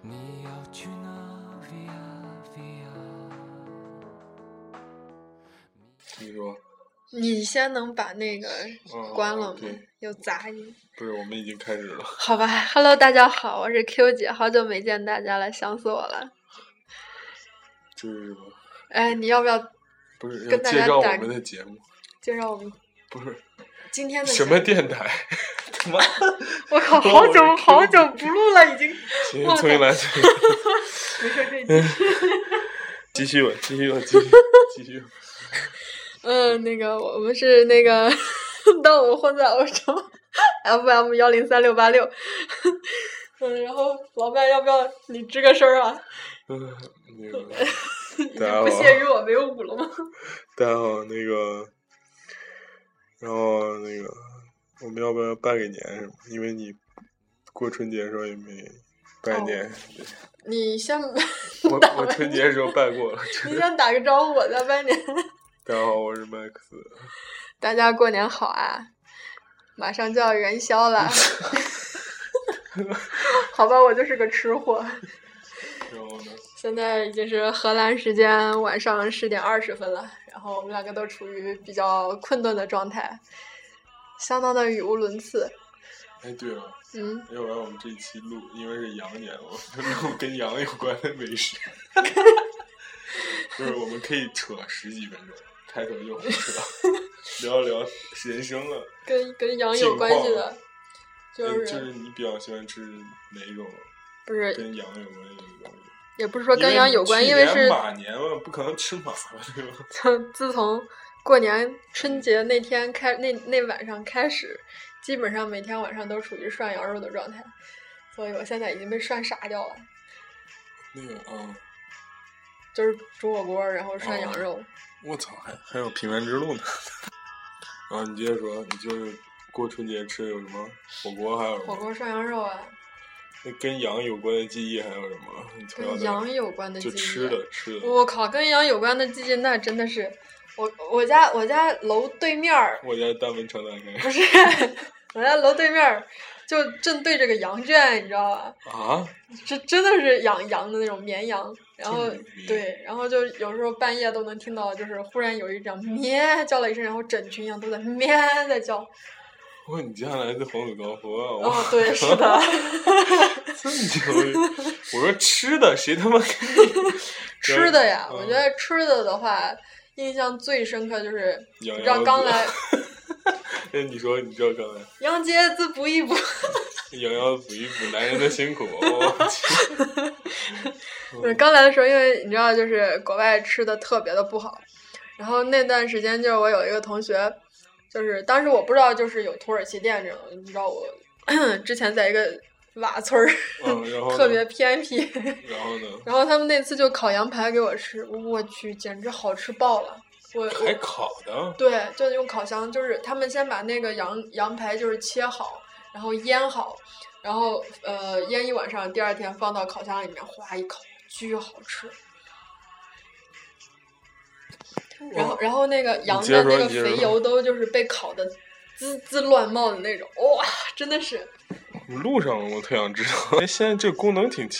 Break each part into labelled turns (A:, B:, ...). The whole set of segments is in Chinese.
A: 你要去哪？Via 啊 Via。
B: 你说，
C: 你先能把那个
B: 嗯
C: 关了吗
B: 对？
C: 有杂音。
B: 不是，我们已经开始了。
C: 好吧，Hello，大家好，我是 Q 姐，好久没见大家了，想死我了。
B: 就是吧
C: 哎，你要不要
B: 不是要
C: 跟大家
B: 介绍我
C: 打
B: 们的节目？
C: 介绍我们
B: 不是
C: 今天的
B: 什
C: 节
B: 么
C: 目？
B: 电台？ 他妈！
C: 我靠，
B: 我
C: 好
B: 是
C: 久
B: Q
C: 好
B: 姐
C: 久不录了，已经
B: 行
C: 哇，
B: 重新 来，重新来
C: 没事可以
B: 嗯
C: 继
B: 继
C: 续。
B: 续吧，继续吧，继续，继续吧。
C: 嗯，那个我们是那个，当我们混在欧洲 FM 幺零三六八六。 嗯，然后老麦，要不要你吱个声儿啊？
B: 嗯，那个，
C: 你
B: 大家
C: 就不
B: 好
C: 屑于我为伍了吗？
B: 大家好，那个，然后那个，我们要不要拜个年什么？因为你过春节的时候也没拜
C: 哦
B: 年，
C: 你先，
B: 我我春节的时候拜过了。
C: 你先打个招呼，我再拜年。
B: 大家好，我是麦克斯。
C: 大家过年好啊！马上就要元宵了， 好吧，我就是个吃货。
B: 然后呢？
C: 现在已经是荷兰时间晚上十点二十分了，然后我们两个都处于比较困顿的状态，相当的语无伦次。
B: 哎，对了。
C: 嗯，
B: 要不然我们这一期录，因为是羊年，我们就录跟羊有关的美食，就是我们可以扯十几分钟，开头就胡扯，聊一聊人生啊。
C: 跟跟羊有
B: 近
C: 关系
B: 况
C: 的，就
B: 哎
C: 是、
B: 就是你比较喜欢吃哪一种
C: 不是
B: 跟羊有关的东西？
C: 也不是说
B: 因
C: 跟
B: 为
C: 羊有关，
B: 去
C: 因为
B: 年
C: 是
B: 马年嘛，不可能吃马吧，对吧？
C: 从 自从过年春节那天开那那晚上开始，基本上每天晚上都处于涮羊肉的状态，所以我现在已经被涮傻掉了，
B: 那个啊，
C: 就是煮火锅然后涮羊
B: 哦
C: 肉。
B: 我操，还还有平原之路呢。 啊，你接着说，你就是过春节吃有什么火锅，还有什
C: 火
B: 么
C: 锅涮羊肉啊，
B: 那跟羊有关的记忆还有什么？你从小
C: 跟
B: 到
C: 羊有关的记
B: 就
C: 忆。
B: 吃的吃的。
C: 我靠，跟羊有关的记忆那真的是，我我家我家楼对面儿
B: 我家大门常打开
C: 不是， 我家楼对面儿就正对着个羊圈，你知道吧？
B: 啊，
C: 这真的是养羊的那种绵羊，然后
B: 这么牛逼
C: 对，然后就有时候半夜都能听到，就是忽然有一张咩叫了一声，然后整群羊都在咩在叫。
B: 哇，你家来自黄土高坡啊！
C: 哦
B: 哇，，
C: 对，是的，
B: 这么牛逼！我说吃的，谁他妈 给你
C: 吃的呀，
B: 嗯
C: 我觉得吃的的话，印象最深刻就是，
B: 羊
C: 你知道
B: 腰
C: 刚
B: 子
C: 来
B: 那你说，你知道刚才
C: 羊街自补一补，
B: 羊腰补一补男人的辛苦，我去
C: 对，刚来的时候，因为你知道，就是国外吃的特别的不好，然后那段时间就是我有一个同学，就是当时我不知道就是有土耳其店这种，你知道我 之前在一个瓦村儿，
B: 嗯，然后呢
C: 特别，偏僻，
B: 然后呢，
C: 然后他们那次就烤羊排给我吃，我去，简直好吃爆了，我
B: 还
C: 我
B: 烤的，
C: 对，就用烤箱，就是他们先把那个羊羊排就是切好，然后腌好，然后呃腌一晚上，第二天放到烤箱里面，哗一烤，巨好吃。然后，然后那个羊
B: 接着
C: 的
B: 说
C: 那个
B: 你接着
C: 肥
B: 说
C: 油都就是被烤的滋滋乱冒的那种，哇，真的是
B: 我录上了，我特想知道。 哎，现在这功能挺奇，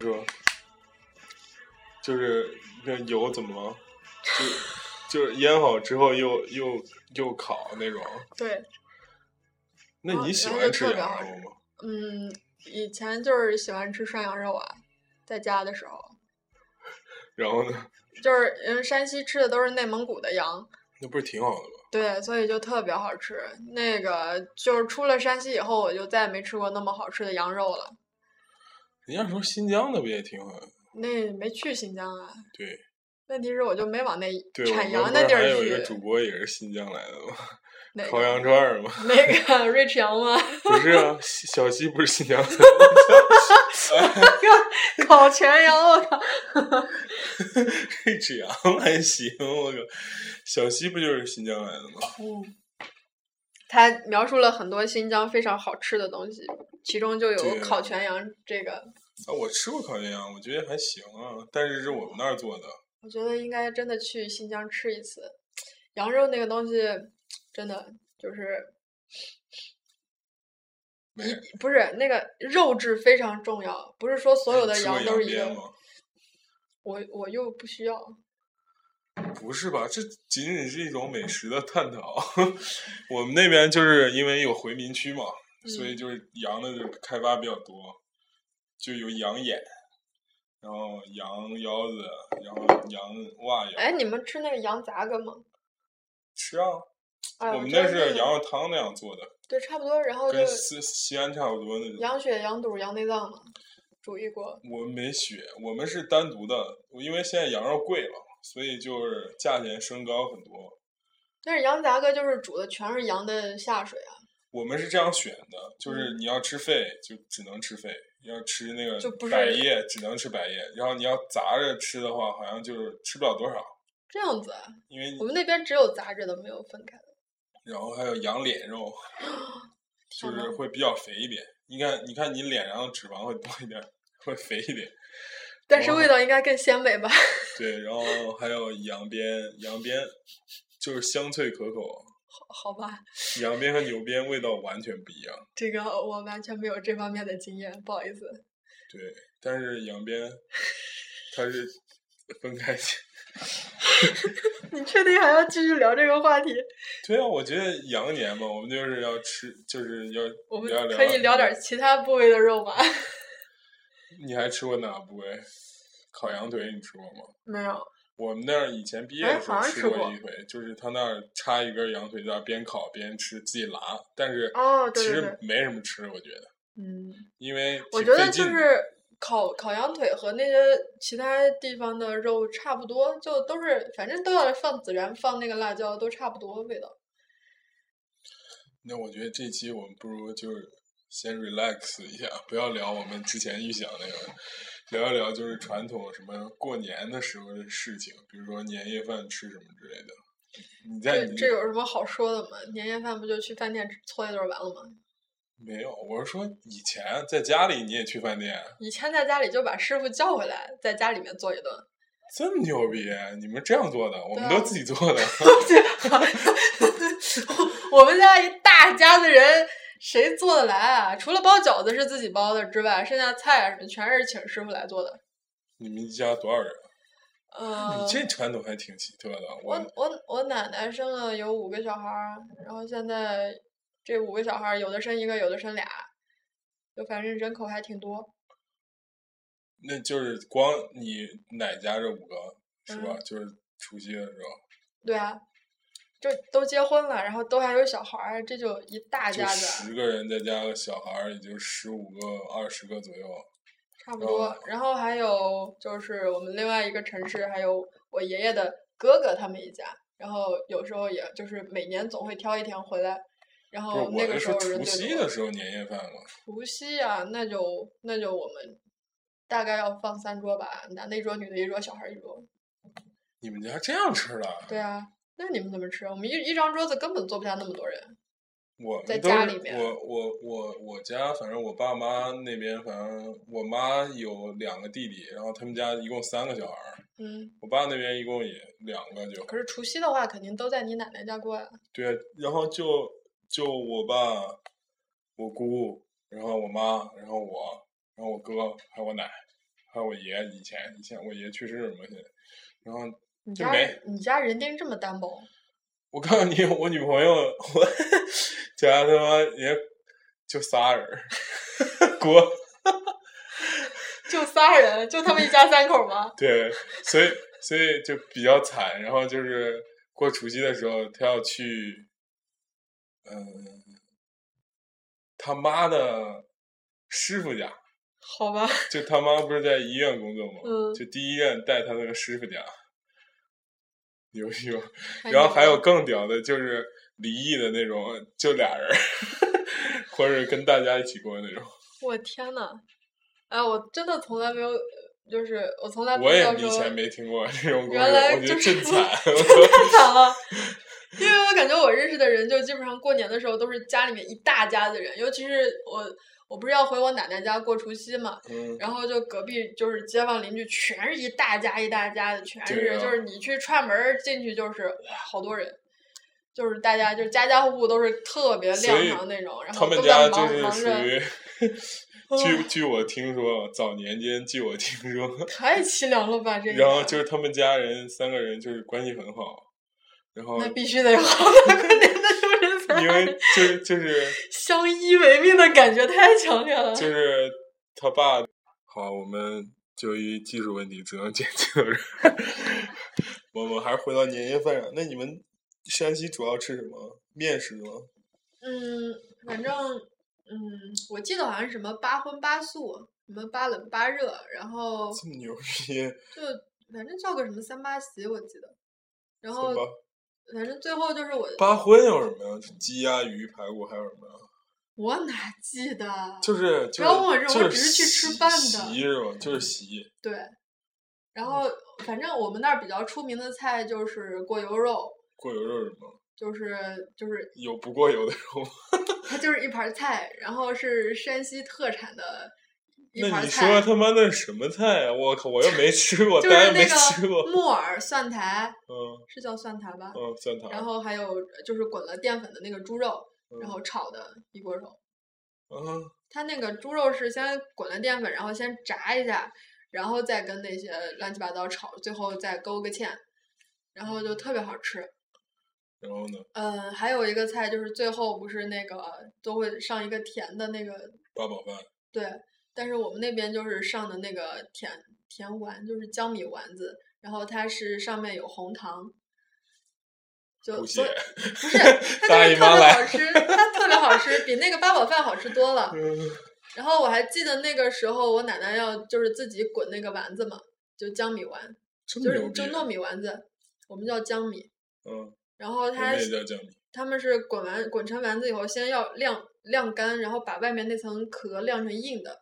B: 说，就是那油怎么了？ 就就是腌好之后又又又烤那种。
C: 对，
B: 那
C: 哦
B: 你喜
C: 然后
B: 欢
C: 就
B: 吃
C: 特
B: 羊
C: 别好
B: 肉
C: 吃
B: 吗？
C: 嗯，以前就是喜欢吃涮羊肉啊，在家的时候，
B: 然后呢？
C: 就是因为山西吃的都是内蒙古的羊，
B: 那不是挺好的吗？
C: 对，所以就特别好吃。那个就是出了山西以后，我就再也没吃过那么好吃的羊肉了。
B: 人家说新疆的不也挺好的？
C: 那没去新疆啊，
B: 对
C: 问题是我就没往那
B: 对，我
C: 产
B: 们
C: 羊
B: 不
C: 那
B: 是
C: 地
B: 还
C: 儿
B: 有一个主
C: 去。
B: 播也是新疆来的吗？
C: 哪
B: 烤
C: 个
B: 羊串儿嘛。
C: 哪个 rich 羊吗？
B: 不是啊，西小西不是新疆的，
C: 烤全羊，我靠！
B: 沈阳还行。我靠，小西不就是新疆来的吗？
C: 他描述了很多新疆非常好吃的东西，其中就有
B: 对
C: 烤全羊这个，
B: 啊，我吃过烤全羊，我觉得还行啊，但是是我们那儿做的。
C: 我觉得应该真的去新疆吃一次。羊肉那个东西，真的就是
B: 没人
C: 一不是那个肉质非常重要，不是说所有的
B: 吃过
C: 羊都是一
B: 鞭
C: 个。
B: 吗？
C: 我我又不需要，
B: 不是吧？这仅仅是一种美食的探讨。 我们那边就是因为有回民区嘛，
C: 嗯
B: 所以就是羊的开发比较多，就有羊眼，然后羊腰子，然后羊袜腰。
C: 哎，你们吃那个羊杂羹吗？
B: 吃啊，
C: 哎，
B: 我们
C: 觉
B: 那
C: 得
B: 是
C: 个
B: 羊肉汤那样做的，
C: 对，差不多。然后就
B: 跟西西安差不多那种。
C: 羊血、羊肚、羊内脏嘛，煮一锅。
B: 我们没血，我们是单独的，因为现在羊肉贵了，所以就是价钱升高很多。
C: 但是羊杂羹就是煮的全是羊的下水啊，
B: 我们是这样选的，就是你要吃肺，就只能吃肺；要吃那个
C: 嗯就不是
B: 百叶，只能吃百叶。然后你要砸着吃的话，好像就是吃不了多少，
C: 这样子啊。
B: 因为你
C: 我们那边只有杂质的，没有分开的。
B: 然后还有羊脸肉，就
C: 天
B: 是
C: 呐
B: 会比较肥一点。你看，你看你脸上的脂肪会多一点，会肥一点。
C: 但是
B: 哇
C: 味道应该更鲜美吧？
B: 对，然后还有羊鞭，羊鞭就是香脆可口，
C: 好吧，
B: 羊鞭和牛鞭味道完全不一样。
C: 这个我完全没有这方面的经验，不好意思。
B: 对，但是羊鞭它是分开切。
C: 你确定还要继续聊这个话题？
B: 对啊，我觉得羊年嘛，我们就是要吃，就是要
C: 我们
B: 聊聊嗯
C: 可以聊点其他部位的肉吗？
B: 你还吃过哪部位？烤羊腿你吃过吗？
C: 没有，
B: 我们那儿以前毕业
C: 哎
B: 的时候
C: 好像
B: 吃
C: 吃
B: 过
C: 过
B: 一回，就是他那儿插一根羊腿在那儿边烤边吃，自己拿，但是
C: 哦
B: 其
C: 对对
B: 实
C: 对
B: 没什么吃，我觉得，
C: 嗯，
B: 因为
C: 我
B: 挺
C: 觉
B: 费
C: 得就
B: 劲的
C: 是烤烤羊腿和那些其他地方的肉差不多，就都是反正都要放孜然、放那个辣椒，都差不多味道。
B: 那我觉得这期我们不如就是先 relax 一下，不要聊我们之前预想那个，聊一聊就是传统什么过年的时候的事情，比如说年夜饭吃什么之类的。你在
C: 这
B: 你
C: 这有什么好说的吗？年夜饭不就去饭店吃搓一顿完了吗？
B: 没有？我是说以前在家里你也去饭店，
C: 以前在家里就把师傅叫回来，在家里面做一顿。
B: 这么牛逼？你们这样做的，我们
C: 对啊
B: 都自己做 的。
C: 我们家一大家子人，谁做得来啊？除了包饺子是自己包的之外，剩下菜啊什么全是请师傅来做的。
B: 你们一家多少人？啊
C: 呃
B: 你，这传统还挺奇特的。
C: 我
B: 我
C: 我我奶奶生了有五个小孩儿，然后现在这五个小孩儿有的生一个，有的生俩，就反正人口还挺多。
B: 那就是光你奶家这五个是吧？
C: 嗯
B: 就是除夕的时候，
C: 对啊，就都结婚了，然后都还有小孩儿，这就一大
B: 就
C: 家子，啊
B: 十个人再加个小孩儿，也就十五个、二十个左右。
C: 差不
B: 哦
C: 多。然后还有就是我们另外一个城市，还有我爷爷的哥哥他们一家，然后有时候也就是每年总会挑一天回来，然
B: 不是
C: 后
B: 我
C: 哦那
B: 的
C: 个时
B: 是
C: 候人
B: 除
C: 最
B: 夕
C: 多
B: 的。时候年夜饭嘛，
C: 除夕啊，那就那就我们大概要放三桌吧，男的一桌，女的一桌，小孩儿一桌。
B: 你们家这样吃的？
C: 对啊，那你们怎么吃？我们一一张桌子根本坐不下那么多人。
B: 我们
C: 在
B: 都
C: 家
B: 是
C: 里面
B: 我我我我家，反正我爸妈那边，反正我妈有两个弟弟，然后他们家一共三个小孩儿，
C: 嗯，
B: 我爸那边一共也两个就，
C: 可是除夕的话，肯定都在你奶奶家过呀。
B: 对，然后就就我爸、我姑，然后我妈，然后我，然后我哥，还有我奶，还有我爷。以前以前我爷去世了嘛，现在，然后
C: 你
B: 就
C: 家
B: 没
C: 人你家人丁这么单薄，
B: 我告诉你，我女朋友我家他妈也就仨人儿，国
C: 就仨人，就他们一家三口吗？
B: 对，所以所以就比较惨。然后就是过除夕的时候，他要去，嗯、他妈的师傅家，
C: 好吧，
B: 就他妈不是在医院工作吗？
C: 嗯
B: 就第一医院带他那个师傅家，牛逼吗？
C: 哎
B: 然后还有
C: 你
B: 更屌的，就是离异的那种，就俩人儿，或者跟大家一起过那种。
C: 我天呐，哎，我真的从来没有，就是我从来不
B: 我
C: 知
B: 也
C: 道说
B: 以前没听过这种故事，
C: 原来
B: 我觉
C: 就
B: 得
C: 是
B: 真 惨。
C: 太惨了。因为我感觉我认识的人，就基本上过年的时候都是家里面一大家子人，尤其是我，我不是要回我奶奶家过除夕嘛，
B: 嗯，
C: 然后就隔壁就是街坊邻居，全是一大家一大家的，全
B: 对
C: 是
B: 啊
C: 就是你去串门儿进去就是哇好多人，就是大家就是家家户户都是特别
B: 所
C: 亮
B: 以
C: 堂那种，然
B: 他
C: 后
B: 们
C: 都
B: 家
C: 在
B: 就
C: 忙
B: 是
C: 忙
B: 属
C: 着，
B: 于，据据我听说，早年间据我听说，
C: 太凄凉了吧这个。
B: 然后就是他们家人三个人就是关系很好，然后
C: 那必须得好， 过年的时候人才
B: 因为就是就是
C: 相依为命的感觉太强烈了。
B: 就是他爸，好，我们就一技术问题只能解决到这儿。 我们还是回到年夜饭上。那你们山西主要吃什么？面食吗？
C: 嗯，反正嗯，我记得好像是什么八荤八素，什么八冷八热，然后
B: 这么牛逼？
C: 就反正叫个什么三八席，我记得。然后
B: 什么
C: 反正最后就是我，
B: 八荤有什么呀？鸡鸭鱼排骨还有什么呀？
C: 我哪记得？
B: 就是
C: 不
B: 就是
C: 要问我这种
B: 就
C: 我只是去吃
B: 席
C: 饭的
B: 席是吧？就是席。
C: 对，
B: 嗯
C: 然后反正我们那儿比较出名的菜就是过油肉，
B: 过油肉是吗？
C: 就是就是
B: 有不过油的肉吗？
C: 它就是一盘儿菜，然后是山西特产的一
B: 那
C: 盘儿
B: 你说
C: 菜。
B: 他妈那是什么菜啊？我靠，我又没吃过，
C: 就
B: 咱
C: 是
B: 也没
C: 那
B: 吃过
C: 个。木耳蒜苔，
B: 嗯
C: 是叫蒜苔吧？
B: 嗯，蒜
C: 然
B: 苔。
C: 后还有就是滚了淀粉的那个猪肉，
B: 嗯
C: 然后炒的一锅肉。
B: 嗯，
C: 它那个猪肉是先滚了淀粉，然后先炸一下，然后再跟那些乱七八糟炒，最后再勾个芡，然后就特别好吃。
B: 然后呢？
C: 嗯，还有一个菜就是最后不是那个都会上一个甜的那个，
B: 八宝饭。
C: 对，但是我们那边就是上的那个甜甜丸，就是江米丸子，然后它是上面有红糖，就
B: 不
C: 所以
B: 写
C: 不是，它
B: 大
C: 就是
B: 姨
C: 特
B: 妈
C: 别
B: 来
C: 好吃，它特别好吃，比那个八宝饭好吃多了。
B: 嗯
C: 然后我还记得那个时候，我奶奶要就是自己滚那个丸子嘛，就江米丸，
B: 这
C: 就
B: 么
C: 是
B: 牛逼啊
C: 就糯米丸子，我们叫江米。
B: 嗯，
C: 然后
B: 我
C: 它
B: 们也叫酱米。
C: 他们是滚完滚成丸子以后，先要晾晾干，然后把外面那层壳晾成硬的，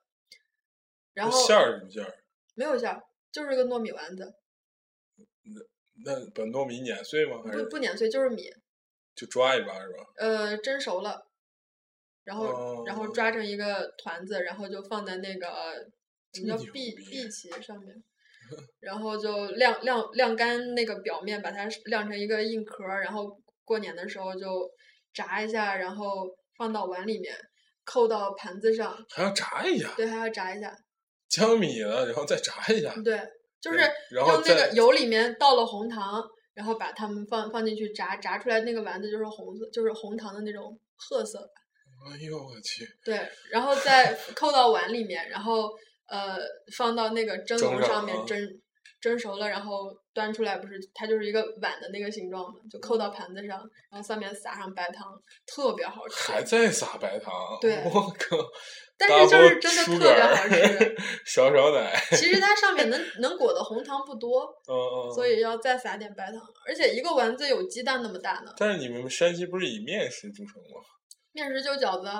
C: 然
B: 那
C: 后
B: 馅儿是什么馅儿？
C: 没有馅儿，就是个糯米丸子，
B: 那把糯米碾碎吗？还
C: 不
B: 是
C: 不碾碎就是米，
B: 就抓一把是吧？
C: 呃，蒸熟了，然后、然后
B: 哦
C: 抓成一个团子，然后就放在那个我
B: 这
C: 们
B: 么
C: 叫
B: 牛
C: 碧
B: 逼
C: 碧琪上 面，然后就晾晾晾干那个表面，把它晾成一个硬壳儿，然后过年的时候就炸一下，然后放到碗里面，扣到盘子上，
B: 还要炸一下
C: 对，还要炸一下，
B: 江米了，然后再炸一下，
C: 对，嗯就是
B: 然然后
C: 用那
B: 再
C: 个油里面倒了红糖，然后把它们放放进去炸，炸出来那个丸子就是红色，就是红糖的那种褐色吧。
B: 哎呦我去！
C: 对，然后再扣到碗里面，然后呃放到那个蒸
B: 蒸
C: 笼
B: 上
C: 上
B: 啊
C: 面蒸，蒸熟了，然后端出来，不是它就是一个碗的那个形状嘛，就扣到盘子上，然后上面撒上白糖，特别好吃。
B: 还在撒白糖，
C: 对
B: 我靠！
C: 但是就是真的
B: double
C: 特别好
B: sugar
C: 吃。
B: 少少奶，
C: 其实它上面能能裹的红糖不多，
B: 嗯嗯。
C: 所
B: 以，
C: 以要再撒点白糖，而且一个丸子有鸡蛋那么大呢。
B: 但是你们山西不是以面食著称吗？
C: 面食就饺子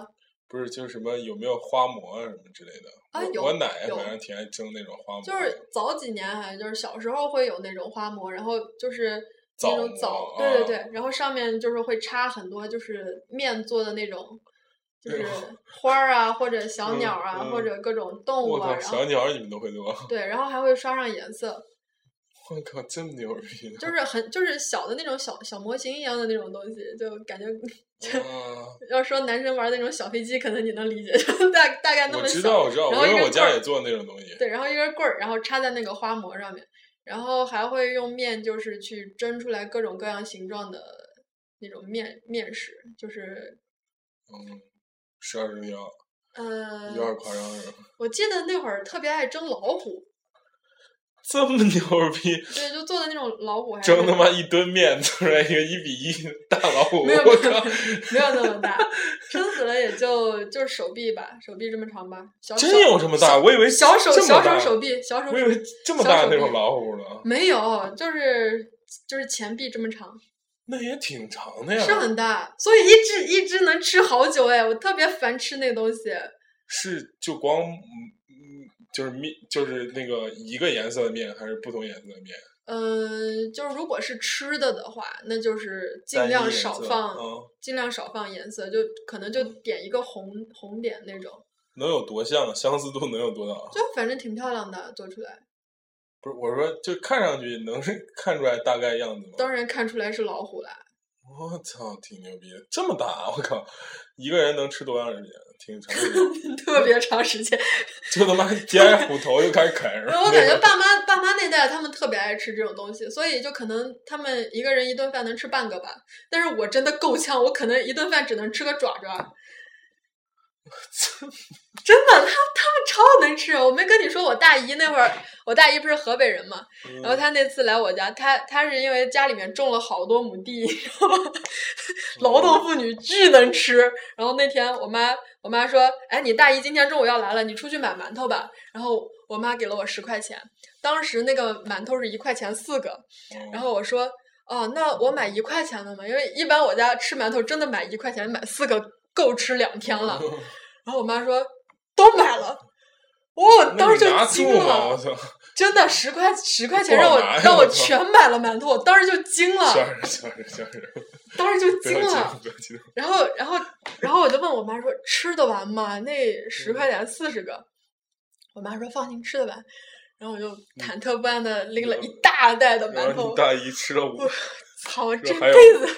B: 不是，就是什么有没有花馍啊什么之类的？
C: 啊
B: 我
C: 有
B: 我奶
C: 有
B: 反正挺爱蒸那种花馍的，
C: 就是早几年还就是小时候会有那种花馍，然后就是那种
B: 枣馍
C: 枣，对对
B: 啊
C: 对，然后上面就是会插很多就是面做的那种，就
B: 哎
C: 是
B: 呦
C: 花儿啊或者小
B: 嗯
C: 鸟啊
B: 嗯
C: 或者各种动物
B: 我
C: 啊
B: 靠，，
C: 然
B: 小
C: 后
B: 鸟儿你们都会做，
C: 对，然后还会刷上颜色，
B: 我靠，这么牛逼呢！
C: 就是很就是小的那种小小模型一样的那种东西，就感觉。
B: 啊，
C: 要说男生玩那种小飞机，可能你能理解，就大大概那
B: 我
C: 么小。
B: 知道，我知道，
C: 然后
B: 我因
C: 一
B: 为
C: 个
B: 我家
C: 棍儿嗯
B: 也做那种东西。
C: 对，然后一根棍儿，然后插在那个花馍上面，然后还会用面就是去蒸出来各种各样形状的那种面面食，就是
B: 嗯，十二生肖
C: 呃
B: 有，点夸张是吧？
C: 我记得那会儿特别爱蒸老虎，
B: 这么牛逼，
C: 对，就做的那种老虎还是
B: 蒸他妈一吨面 出来一个一比一的大老虎，
C: 没有
B: 我
C: 没有
B: 靠！
C: 没有那么大，撑死了也就就是手臂吧，手臂这么长吧，小
B: 真
C: 小
B: 有这么大
C: 小
B: 我以为
C: 小手
B: 这么
C: 小
B: 大
C: 手手臂小手
B: 我以
C: 手
B: 为这么
C: 小
B: 大
C: 手
B: 那种
C: 臂
B: 老虎呢。
C: 没有，就是就是前臂这么长，
B: 那也挺长的呀，
C: 是很大，所以一只一只能吃好久哎，我特别烦吃那东西。
B: 是就光嗯嗯，就是面就是那个一个颜色的面，还是不同颜色的面？
C: 嗯，就是如果是吃的的话，那就是
B: 单
C: 尽
B: 一
C: 量
B: 颜色
C: 少放，
B: 嗯，
C: 尽量少放颜色，就可能就点一个红红点那种，
B: 能有多像？相似度能有多大？啊
C: 就反正挺漂亮的做出来。
B: 不是我说，就看上去能 看出来大概样子吗？
C: 当然看出来是老虎啦，
B: 我 操，挺牛逼的，这么大、啊我靠，一个人能吃多长时间？啊挺长时间，
C: 特别长时间。
B: 就他妈尖 着虎头就开始啃是吧？
C: 我感觉爸妈爸妈那代他们特别爱吃这种东西，所以就可能他们一个人一顿饭能吃半个吧。但是我真的够呛，我可能一顿饭只能吃个爪爪。真的，他他们超能吃。我没跟你说，我大姨那会儿，我大姨不是河北人嘛，
B: 嗯
C: 然后她那次来我家，她她是因为家里面种了好多亩地，你知道吗？
B: 哦
C: 劳动妇女巨能吃。然后那天我妈我妈说：“哎，你大姨今天中午要来了，你出去买馒头吧。”然后我妈给了我十块钱，当时那个馒头是一块钱四个，
B: 嗯
C: 然后我说：“哦，那我买一块钱的嘛，因为一般我家吃馒头真的买一块钱买四个够吃两
B: 嗯
C: 天了。”然后我妈说：“都买了。”我
B: 那
C: 当时
B: 你拿
C: 就
B: 醋
C: 惊
B: 吗？我
C: 了，啊
B: 操，
C: 真的十块十块钱
B: 不
C: 让
B: 好
C: 我
B: 拿呀
C: 让
B: 我
C: 我
B: 靠
C: 全买了馒头，我当时就惊
B: 吓
C: 了，
B: 人吓人吓人！
C: 当时就
B: 不要激
C: 惊了
B: 动，。不要激动。
C: 然后，然后，然后我就问我妈说：“吃得完吗？那
B: 嗯
C: 十块钱四十个。”我妈说：“放心，吃得完。”然后我就忐忑不安的拎了一大袋的馒
B: 嗯然后
C: 头
B: 你，大姨吃了五
C: 我操！我这
B: 说还有
C: 辈子，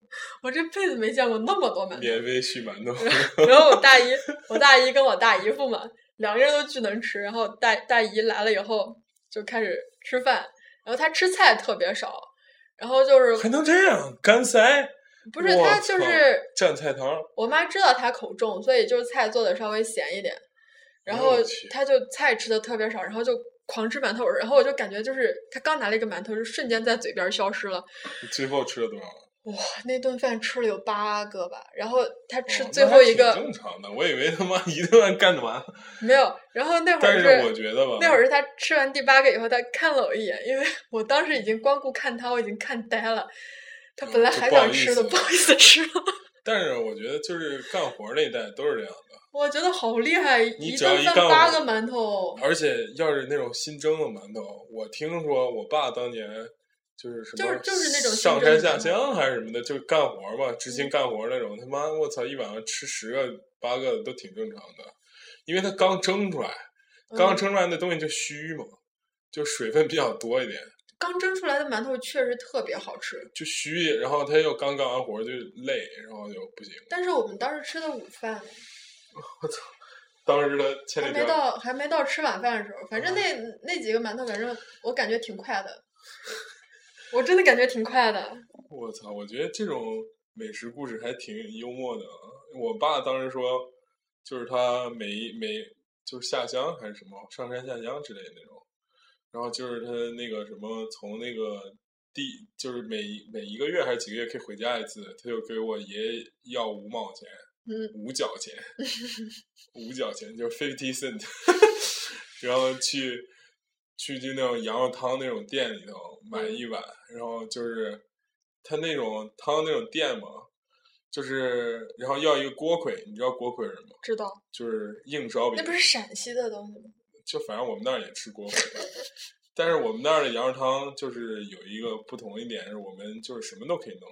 C: 我这辈子没见过那么多馒
B: 免费续 馒头，
C: 头。然后我大姨，我大姨跟我大姨夫嘛，两个人都巨能吃。然后大大姨来了以后就开始吃饭，然后她吃菜特别少，然后 就是
B: 还能这样干塞？
C: 不是
B: 我
C: 她就
B: 靠
C: 是
B: 蘸菜汤儿，
C: 我妈知道她口重，所以就是菜做的稍微咸一点，然
B: 哎
C: 后
B: 我去
C: 她就菜吃的特别少，然后就狂吃馒头，然后我就感觉就是她刚拿了一个馒头，就瞬间在嘴边消失了。
B: 你最后吃了多少？
C: 哇，那顿饭吃了有八个吧，然后她吃
B: 哦
C: 最
B: 那还
C: 后一
B: 挺
C: 个、
B: 正常的，我以为他妈一顿饭干完，
C: 没有，然后那会
B: 但
C: 儿
B: 是我觉得吧，
C: 那会儿是她吃完第八个以后，她看了我一眼，因为 我当时已经光顾看她，我已经看呆了。她本来
B: 就
C: 还
B: 不好
C: 想
B: 意
C: 吃
B: 思
C: 的，不好意思吃了。
B: 但是我觉得就是干活儿那一代都是这样的，
C: 我觉得好厉害，
B: 你
C: 一
B: 只要
C: 顿
B: 一
C: 饭
B: 干
C: 八
B: 我
C: 个馒头。
B: 而且要是那种新蒸的馒头，我听说我爸当年就是什
C: 就
B: 么
C: 是就是那种新
B: 上
C: 蒸
B: 山
C: 的
B: 下
C: 馒头
B: 乡
C: 嗯
B: 还是什么的，就是干活儿嘛，执勤干活儿那种，他妈我操，一晚上吃十个八个的都挺正常的，因为它刚蒸出来，刚
C: 嗯
B: 蒸出来那东西就虚嘛，就水分比较多一点。
C: 刚蒸出来的馒头确实特别好吃，
B: 就虚，然后他又刚干完活就累，然后就不行。
C: 但是我们当时吃的午饭
B: 当时他千
C: 还
B: 里
C: 没
B: 迢迢，
C: 到，还没到吃晚饭的时候。反
B: 嗯
C: 正那那几个馒头，反正我感觉挺快的，我真的感觉挺快的。嗯
B: 我操！我觉得这种美食故事还挺幽默的啊。我爸当时说，就是他每一每就是下乡还是什么上山下乡之类的那种，然后就是他那个什么从那个地就是每一每一个月还是几个月可以回家一次，他就给我爷爷要五毛钱，
C: 嗯，
B: 五角 钱，五角钱就是 fifty cent，然后去去就那种羊肉汤那种店里头买
C: 嗯
B: 一碗，然后就是他那种汤那种店嘛，就是然后要一个锅盔，你知道锅盔是什么？
C: 知道
B: 就是硬烧饼
C: 那，不是陕西的东西吗？
B: 就反正我们那儿也吃锅盔，但是我们那儿的羊肉汤就是有一个不同一点，是我们就是什么都可以弄，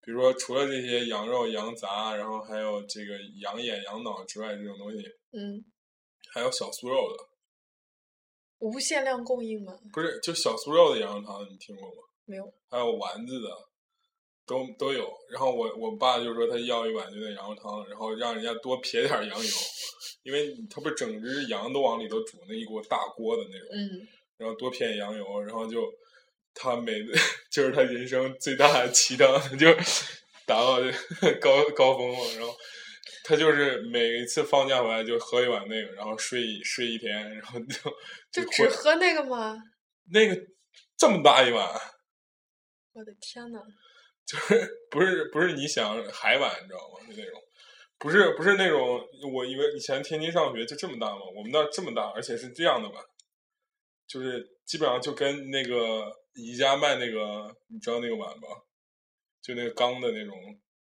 B: 比如说除了这些羊肉、羊杂，然后还有这个羊眼、羊脑之外，这种东西
C: 嗯，
B: 还有小酥肉的，
C: 无限量供应吗？
B: 不是就小酥肉的羊肉汤，你听过吗？
C: 没有，
B: 还有丸子的，都都有。然后我我爸就说他要一碗就那羊肉汤，然后让人家多撇点儿羊油，因为你他不是整只羊都往里头煮那一锅大锅的那种。
C: 嗯，
B: 然后多撇点羊油，然后就他每 就是他人生最大的奇当，就达到 这高高峰了。然后他就是每一次放假回来就喝一碗那个，然后睡一睡一天，然后就
C: 就
B: 就
C: 只
B: 回
C: 喝那个吗？
B: 那个这么大一碗，
C: 我的天呐，
B: 就是不是不是你想海碗，你知道吗？就那种。不是不是那种，我以为以前天津上学就这么大嘛，我们那儿这么大，而且是这样的碗，就是基本上就跟那个宜家卖那个，你知道那个碗吧？就那个钢的那种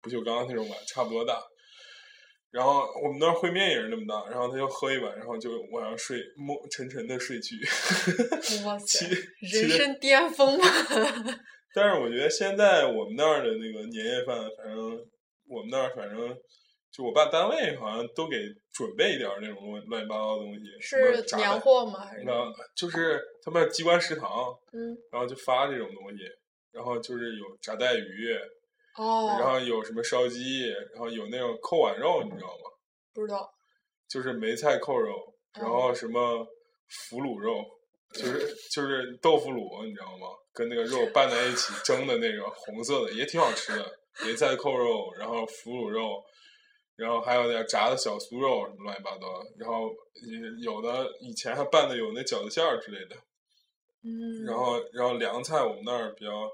B: 不锈钢那种碗，差不多大。然后我们那儿烩面也是那么大，然后他就喝一碗，然后就晚上睡，梦沉沉的睡去。
C: 哇塞
B: 其，其实
C: 人生巅峰嘛！
B: 但是我觉得现在我们那儿的那个年夜饭，反正我们那儿反正就我爸单位好像都给准备一点儿那种乱乱七八糟的东西，什么
C: 是
B: 炸
C: 年
B: 弹，
C: 货吗？还是
B: 那就是他们机关食堂，
C: 嗯
B: 然后就发这种东西，然后就是有炸带鱼，然
C: 哦，
B: 后有什么烧鸡，然后有那种扣碗肉，你知道吗？
C: 不知道
B: 就是梅菜扣肉，然后什么腐乳肉，就是就是豆腐乳，你知道吗？跟那个肉拌在一起蒸的那个红色的，也挺好吃的。梅菜扣肉，然后腐乳肉，然后还有点炸的小酥肉，什么乱七八糟的。然后也有的以前还拌的有那饺子馅儿之类的。
C: 嗯，
B: 然后，然后凉菜我们那儿比较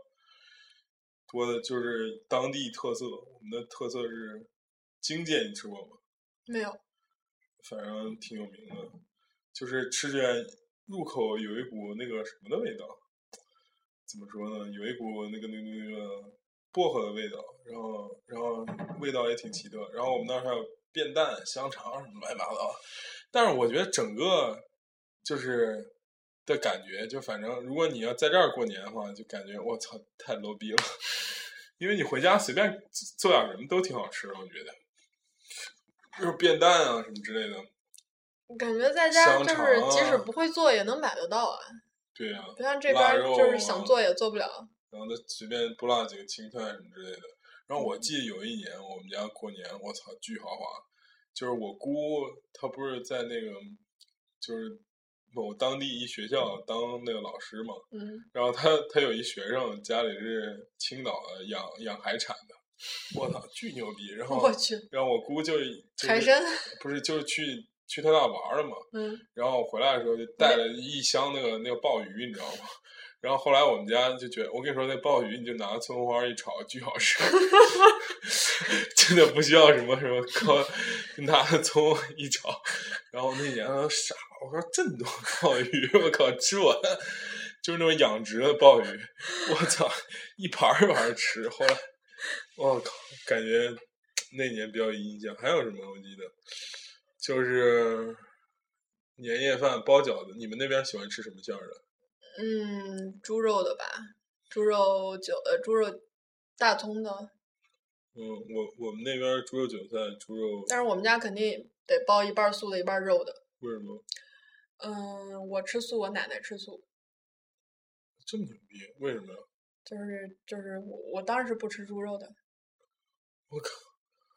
B: 多的就是当地特色，我们的特色是荆芥，你吃过吗？
C: 没有，
B: 反正挺有名的，就是吃起来入口有一股那个什么的味道，怎么说呢？有一股那个那个那个薄荷的味道，然后然后味道也挺奇特。然后我们那儿还有便蛋、香肠什么乱七八糟，但是我觉得整个就是的感觉，就反正如果你要在这儿过年的话，就感觉我操太 low 逼了，因为你回家随便做点什么都挺好吃的，我觉得。就是便蛋啊什么之类的，
C: 感觉在家
B: 香
C: 就是
B: 肠
C: 即使
B: 啊
C: 不会做也能买得到啊，
B: 对呀、
C: 不像这边
B: 腊
C: 儿
B: 肉
C: 就是
B: 啊
C: 想做也做不了。
B: 然后再随便拨拉几个青菜什么之类的。然后
C: 嗯
B: 我记得有一年我们家过年，我操，巨豪华！就是我姑她不是在那个就是某当地一学校当那个老师嘛，
C: 嗯，
B: 然后她她有一学生家里是青岛的，养养海产的，我操，巨牛逼！然后
C: 我去，
B: 然后我姑就就是
C: 海参，
B: 不是就是去去他那玩儿了嘛，
C: 嗯，
B: 然后我回来的时候就带了一箱那个那个鲍鱼，你知道吗？ 然后后来我们家就觉得，我跟你说，那鲍鱼你就拿葱花一炒，巨好吃，真的不需要什么什么高，拿葱一炒。然后那年我傻，我说这么多鲍鱼，我靠，吃完就是那种养殖的鲍鱼，我操，一盘儿一盘儿吃。后来我靠，感觉那年比较有印象。还有什么我记得，就是年夜饭包饺子。你们那边喜欢吃什么馅儿的？
C: 嗯，猪肉的吧，猪肉酒，呃，猪肉大葱的，
B: 嗯，我我们那边儿猪肉韭菜、猪肉
C: 但是我们家肯定得包一半儿素的，一半儿肉的。
B: 为什么
C: 嗯，我吃素，我奶奶吃素，
B: 这么牛逼？为什么呀？
C: 就是就是我我当时不吃猪肉的，
B: 我靠，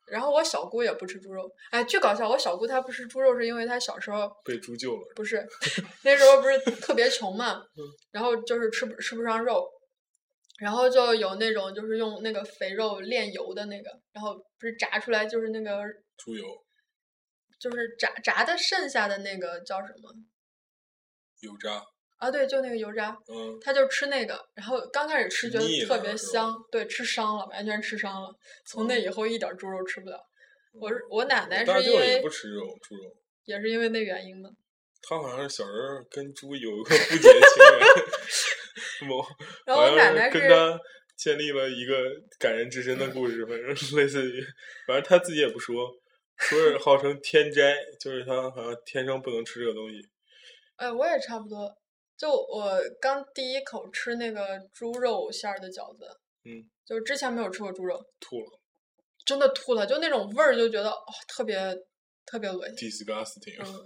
C: 然后我小姑也不吃猪肉，哎，巨搞笑！我小姑她不吃猪肉是因为她小时候
B: 被猪救了。
C: 不是那时候不是特别穷嘛，
B: 嗯
C: 然后就是吃不吃不上肉，然后就有那种就是用那个肥肉炼油的那个，然后不是炸出来就是那个
B: 猪油、
C: 就是炸炸的剩下的那个叫什么
B: 油炸，
C: 啊？对，就那个油炸，
B: 嗯，
C: 他就吃那个，然后刚开始吃觉
B: 腻
C: 得特
B: 了是
C: 别
B: 吧嗯
C: 香，对，吃伤了，完全吃伤了。从那以后一点儿猪肉吃不了。我是我奶奶
B: 但
C: 啊是
B: 是
C: 因
B: 也
C: 为
B: 不吃肉，猪肉。
C: 也是因为那原因嘛。
B: 他好像是小时候跟猪有一个不解情 缘，某
C: 然后
B: 好
C: 我奶
B: 像
C: 奶
B: 跟
C: 是
B: 他建立了一个感人至深的故 事，反正类似于，反正他自己也不说，说是号称天斋，就是他好像天生不能吃这个东西。
C: 哎，我也差不多。就我刚第一口吃那个猪肉馅儿的饺子，
B: 嗯，
C: 就之前没有吃过猪肉，
B: 吐了
C: 真的吐了，就那种味儿就觉得哦，特别特别恶 心。
B: ，disgusting，、
C: 嗯，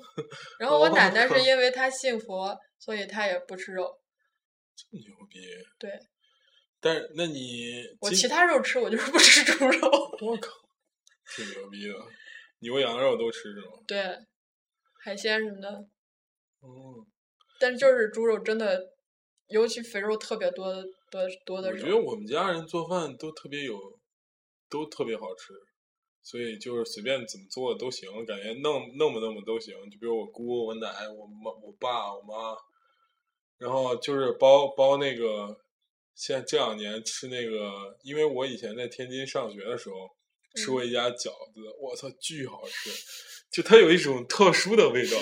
C: 然后我
B: 我
C: 奶奶
B: 靠
C: 是因为她信佛，所以她也不吃肉。
B: 这么牛逼。
C: 对
B: 但是那你
C: 我
B: 今
C: 其他肉吃，我就是不吃猪肉。
B: 我靠，挺牛逼的，牛羊肉都吃是吗？
C: 对，海鲜什么的，
B: 哦，
C: 但是就是猪肉真的，尤其肥肉特别多的多多的
B: 我
C: 时
B: 觉得
C: 候，
B: 我们家人做饭都特别有，都特别好吃，所以就是随便怎么做都行，感觉弄弄不弄不都行。就比如我姑、我奶、我妈、我爸、我妈，然后就是包包那个，现在这两年吃那个，因为我以前在天津上学的时候吃过一家饺子，我操，巨好吃！就它有一种特殊的味道，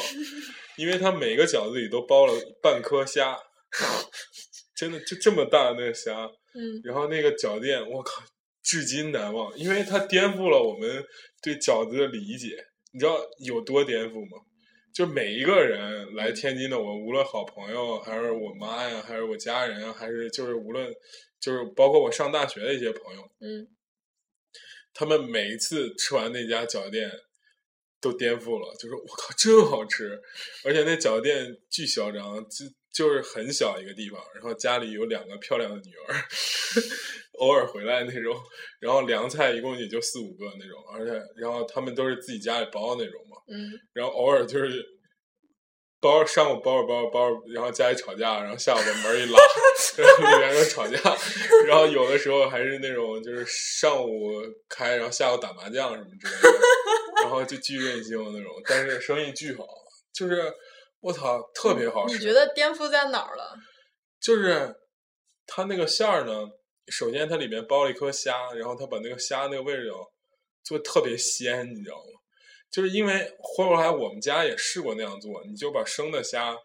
B: 因为它每个饺子里都包了半颗虾， 真的就这么大的那个虾。
C: 嗯，
B: 然后那个脚垫，我靠，至今难忘，因为它颠覆了我们对饺子的理解。你知道有多颠覆吗？就每一个人来天津的，我无论好朋友还是我妈呀，还是我家人啊，还是就是无论就是包括我上大学的一些朋友，
C: 嗯，
B: 他们每一次吃完那家饺子店，都颠覆了，就是我靠，真好吃！而且那饺子店巨嚣张，就就是很小一个地方，然后家里有两个漂亮的女儿， 偶尔回来那种，然后凉菜一共也就四五个那种，而且然后他们都是自己家里包那种嘛，
C: 嗯，
B: 然后偶尔就是包上午包着包着包着，然后家里吵架，然后下午把门一拉，然后里面又吵架， 然后有的时候还是那种就是上午开，然后下午打麻将什么之类的，然后就巨任性的那种，但是生意巨好，就是我操，特别好吃。
C: 你觉得颠覆在哪儿了？
B: 就是它那个馅儿呢，首先它里面包了一颗虾，然后它把那个虾那个味道做得特别鲜，你知道吗？就是因为后来我们家也试过那样做，你就把生的虾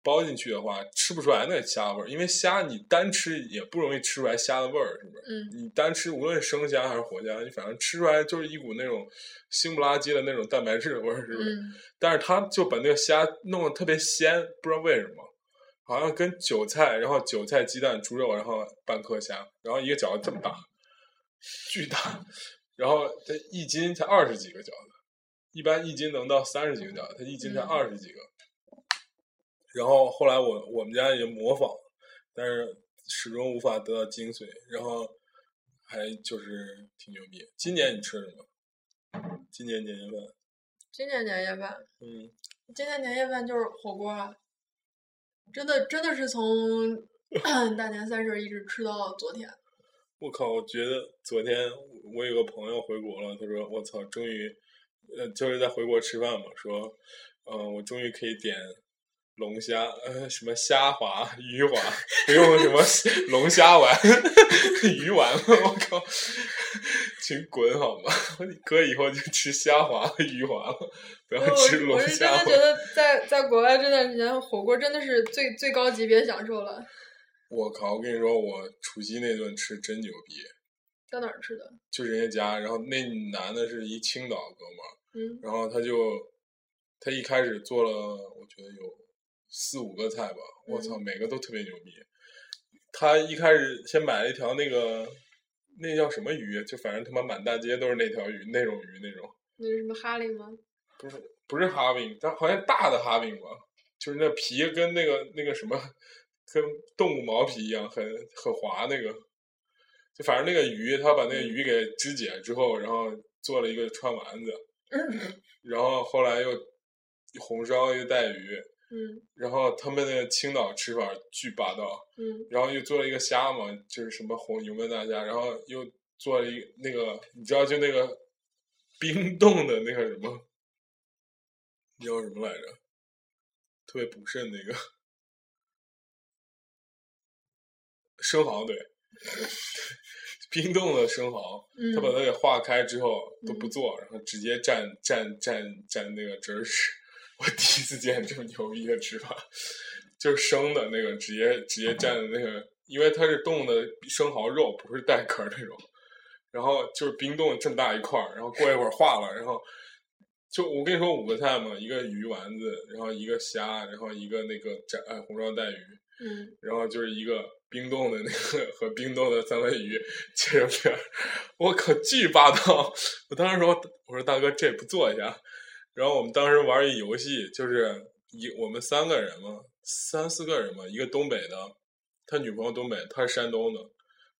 B: 包进去的话，吃不出来那虾味儿，因为虾你单吃也不容易吃出来虾的味儿，是不是？
C: 嗯
B: 你单吃无论生虾还是活虾，你反正吃出来就是一股那种腥不拉几的那种蛋白质的味儿，是不是？
C: 嗯，
B: 但是他就把那个虾弄得特别鲜，不知道为什么，好像跟韭菜，然后韭菜、鸡蛋、猪肉，然后半颗虾，然后一个饺子这么大，巨大，然后它一斤才二十几个饺子，一般一斤能到三十几个饺子，它一斤才
C: 嗯
B: 二十几个。然后后来我我们家也模仿，但是始终无法得到精髓，然后还就是挺牛逼。今年你吃了吗？今年年夜饭，
C: 今年年夜饭，
B: 嗯。
C: 今年年夜饭就是火锅啊，真的真 的是从 大年三十一直吃到昨天。
B: 我靠！我觉得昨天我有个朋友回国了，他说：“我操，终于，呃，就是在回国吃饭嘛，说，嗯、我终于可以点龙虾，呃，什么虾滑、鱼滑，不用什么龙虾丸、 鱼丸了。我靠，请滚好吗？ 哥以后就吃虾滑、鱼滑了，不
C: 因
B: 要
C: 为我
B: 吃
C: 是
B: 龙
C: 哦我是真
B: 虾
C: 的
B: 丸
C: 觉。得在在国外这段时间，火锅真的是最最高级别享受了。
B: 我靠！我跟你说，我除夕那顿吃真牛逼，
C: 在哪儿吃的？
B: 就人家家，然后那男的是一青岛哥们儿。”
C: 嗯
B: 然后他就他一开始做了，我觉得有四五个菜吧，我操，每个都特别牛逼。他一开始先买了一条那个那叫什么鱼，就反正他妈满大街都是那条鱼，那种鱼那种，
C: 那是什么哈林吗？
B: 不是不是哈宾，但好像大的哈宾吧，就是那皮跟那个那个什么跟动物毛皮一样，很很滑那个。就反正那个鱼，他把那个鱼给肢解之后，然后做了一个串丸子，然后后来又红烧一个带鱼，
C: 嗯
B: 然后他们那个青岛吃法巨霸道，
C: 嗯
B: 然后又做了一个虾嘛，就是什么红油焖大虾，然后又做了一个那个，你知道就那个冰冻的那个什么，叫什么来着？特别补肾那个生蚝，对， 冰冻的生蚝，
C: 嗯
B: 他把它给化开之后都不
C: 嗯
B: 做，然后直接蘸蘸蘸蘸那个汁儿吃。 我第一次见这么牛逼的吃法，就是生的那个，直接直接蘸的那个，因为它是冻的生蚝肉，不是带壳儿那种。然后就是冰冻这么大一块儿，然后过一会儿化了，然后就我跟你说五个菜嘛，一个鱼丸子，然后一个虾，然后一个那个炸呃红烧带鱼，
C: 嗯，
B: 然后就是一个冰冻的那个和冰冻的三文鱼切成片儿，我靠，巨霸道！我当时说，我说大哥，这不做一下？然后我们当时玩一游戏，就是一我们三个人嘛，三四个人嘛，一个东北的，他女朋友东北，他是山东的，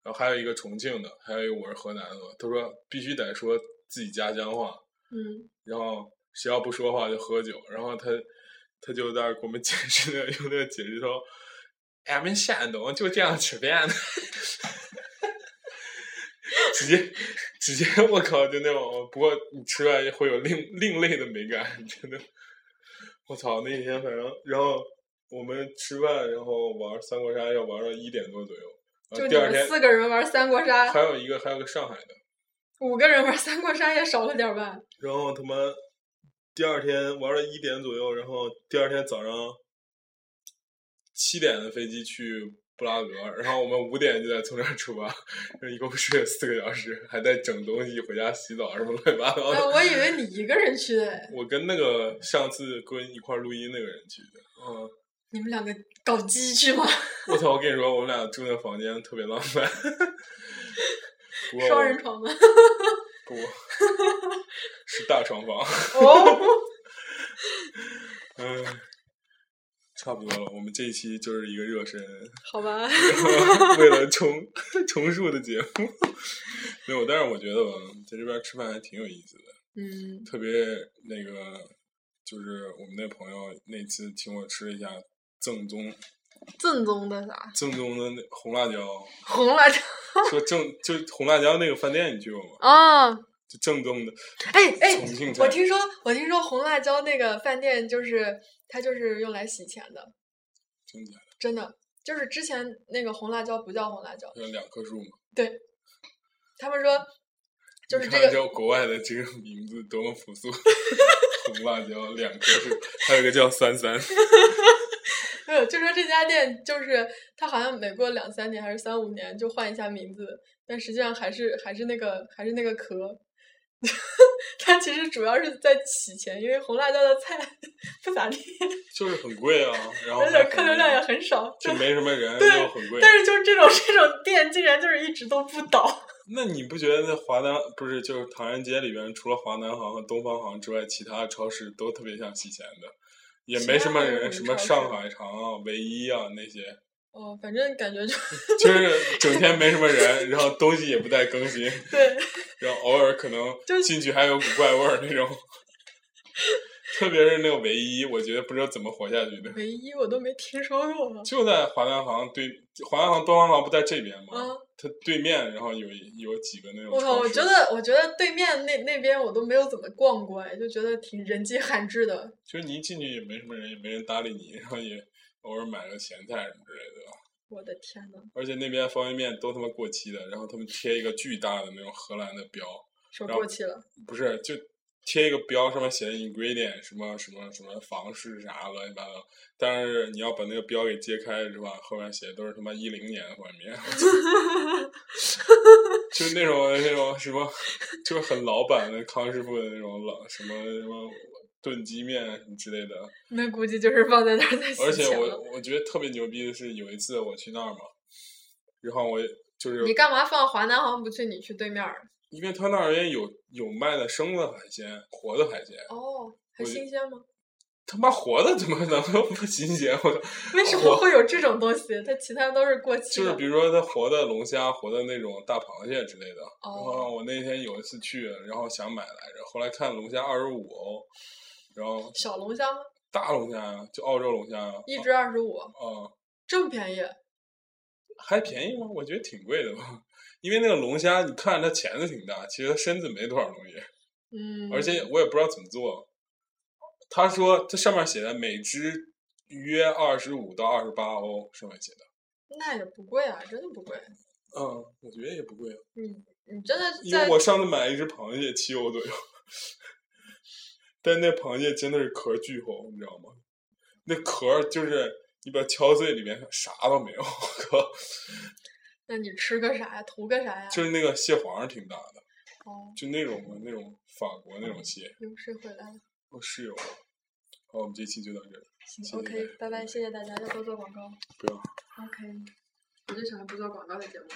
B: 然后还有一个重庆的，还有一个我是河南的嘛。他说必须得说自己家乡话，
C: 嗯，
B: 然后谁要不说话就喝酒，然后他他就在那儿给我们解释那个用那个解释说，哎俺们山东就这样吃饭的， 直接直接我靠就那种，不过你吃出来会有另另类的美感，真的，我操那天反正然后我们吃饭然后玩三国杀要玩到一点多左右，然
C: 就
B: 后
C: 你
B: 呃第二
C: 们
B: 天
C: 四个人玩三国杀
B: 还，有一个还有个上海的。
C: 五个人玩三国杀也少了点儿吧？
B: 然后他妈第二天玩了一点左右，然后第二天早上七点的飞机去布拉格，然后我们五点就得从这儿出发，一共睡了四个小时，还在整东西回家洗澡什么乱七八糟
C: 哎，
B: 的。
C: 我以为你一个人去的，
B: 我跟那个上次跟一块儿录音那个人去的，嗯，
C: 你们两个搞基去吗？
B: 我操！我跟你说，我们俩住那房间特别浪漫， 不过
C: 双
B: 我
C: 人床吗？
B: 不 是大床房。
C: 哦，
B: 嗯，差不多了，我们这一期就是一个热身，
C: 好吧，
B: 为了重重述的节目。没有，但是我觉得吧，在这边吃饭还挺有意思的，
C: 嗯，
B: 特别那个就是我们那朋友那次请我吃了一下正宗
C: 正宗的啥？
B: 正宗的那红辣椒，
C: 红辣椒
B: 说正就是红辣椒那个饭店你去过吗？
C: 啊！
B: 就正宗的
C: 哎哎，
B: 重庆菜
C: 我，听说我听说红辣椒那个饭店就是它就是用来洗钱的，
B: 真的
C: 真的就是之前那个红辣椒不叫红辣椒，
B: 有两棵树嘛。
C: 他们说就是
B: 你
C: 这
B: 看
C: 个
B: 叫国外的这个名字多么朴素，红辣椒两颗是，还有一个叫三三，
C: 没有，就说这家店就是它好像每过两三年还是三五年就换一下名字，但实际上还是还是那个还是那个壳。 它其实主要是在洗钱，因为红辣椒的菜 不咋地，
B: 就是很贵啊，然后
C: 而且
B: 还
C: 客
B: 很
C: 流量也很少。
B: 就
C: 就
B: 没什么人，
C: 对
B: 又很贵。
C: 但是就是这种 这种店，竟然就是一直都不倒。
B: 那你不觉得华南不是就是唐人街里边，除了华南行和东方行之外，其他的超市都特别像洗钱的，也
C: 其
B: 没
C: 他
B: 什么
C: 还有
B: 人，
C: 什
B: 什
C: 么
B: 么
C: 超
B: 上
C: 市
B: 海长啊、唯一啊那些，
C: 哦，反正感觉就
B: 就是整天没什么人，然后东西也不带更新，
C: 对，
B: 然后偶尔可能
C: 就是
B: 进去还有股怪味儿那种， 特别是那个唯一，我觉得不知道怎么活下去的。
C: 唯一我都没听说过。
B: 就在华南行对，华南行、东方行不在这边吗？
C: 嗯
B: 它对面，然后有一有几个那种
C: 我靠，
B: 超
C: 我
B: 市。
C: 觉得我觉得对面那那边我都没有怎么逛过，哎，就觉得挺人迹罕至的。
B: 就是你一进去也没什么人，也没人搭理你，然后也偶尔买个咸菜什么之类的。
C: 我的天呐，
B: 而且那边方便面都他妈过期的，然后他们贴一个巨大的那种荷兰的标，
C: 说
B: 然后
C: 过期了。
B: 不是，就贴一个标，上面写的 ingredient 什么什么什么房式啥乱七八糟，但是你要把那个标给揭开是吧？后面写的都是他妈一零年的画面， 就是那种那种什么，就是很老版的康师傅的那种老什么什么炖鸡面什么之类的。
C: 那估计就是放在那儿在洗
B: 而且
C: 钱
B: 我
C: 了。
B: 我觉得特别牛逼的是，有一次我去那儿嘛，然后我就是
C: 你干嘛放华南行不去？你去对面儿
B: 因为他那儿也有有卖的生的海鲜、活的海鲜。
C: 哦，还
B: 我
C: 新鲜吗？
B: 他妈活的怎么能不新鲜？我操！
C: 为什么会有这种东西？它其他都是过期
B: 就
C: 的
B: 是比。如说他活的龙虾、活的那种大螃蟹之类的。然
C: 哦，
B: 后我那天有一次去，然后想买来着，后来看龙虾二十五欧，然后
C: 小龙虾吗？
B: 大龙虾呀，就澳洲龙虾呀，
C: 一只二十五，
B: 啊，
C: 这么便宜？
B: 还便宜吗？我觉得挺贵的吧。因为那个龙虾，你看着它钳子挺大，其实它身子没多少东西，
C: 嗯，
B: 而且我也不知道怎么做。他说这上面写的每只约二十五到二十八欧，上面写的。
C: 那也不贵啊，真的不贵。
B: 嗯，我觉得也不贵啊。
C: 你真的
B: 因为
C: 在
B: 我上次买了一只螃蟹七欧左右， 但那螃蟹真的是壳巨厚，你知道吗？那壳儿就是你把它敲碎，里面啥都没有，我靠！
C: 那你吃个啥呀？图个啥呀？
B: 就是那个蟹黄儿挺大的，
C: 哦，
B: 就那种那种法国那种蟹。
C: 有事回来了。
B: 我室友，好，我们这期就到这儿，谢谢
C: 行，OK，拜拜，谢谢大家，要多做广告。
B: 不要。
C: OK，我就喜欢不做广告的节目。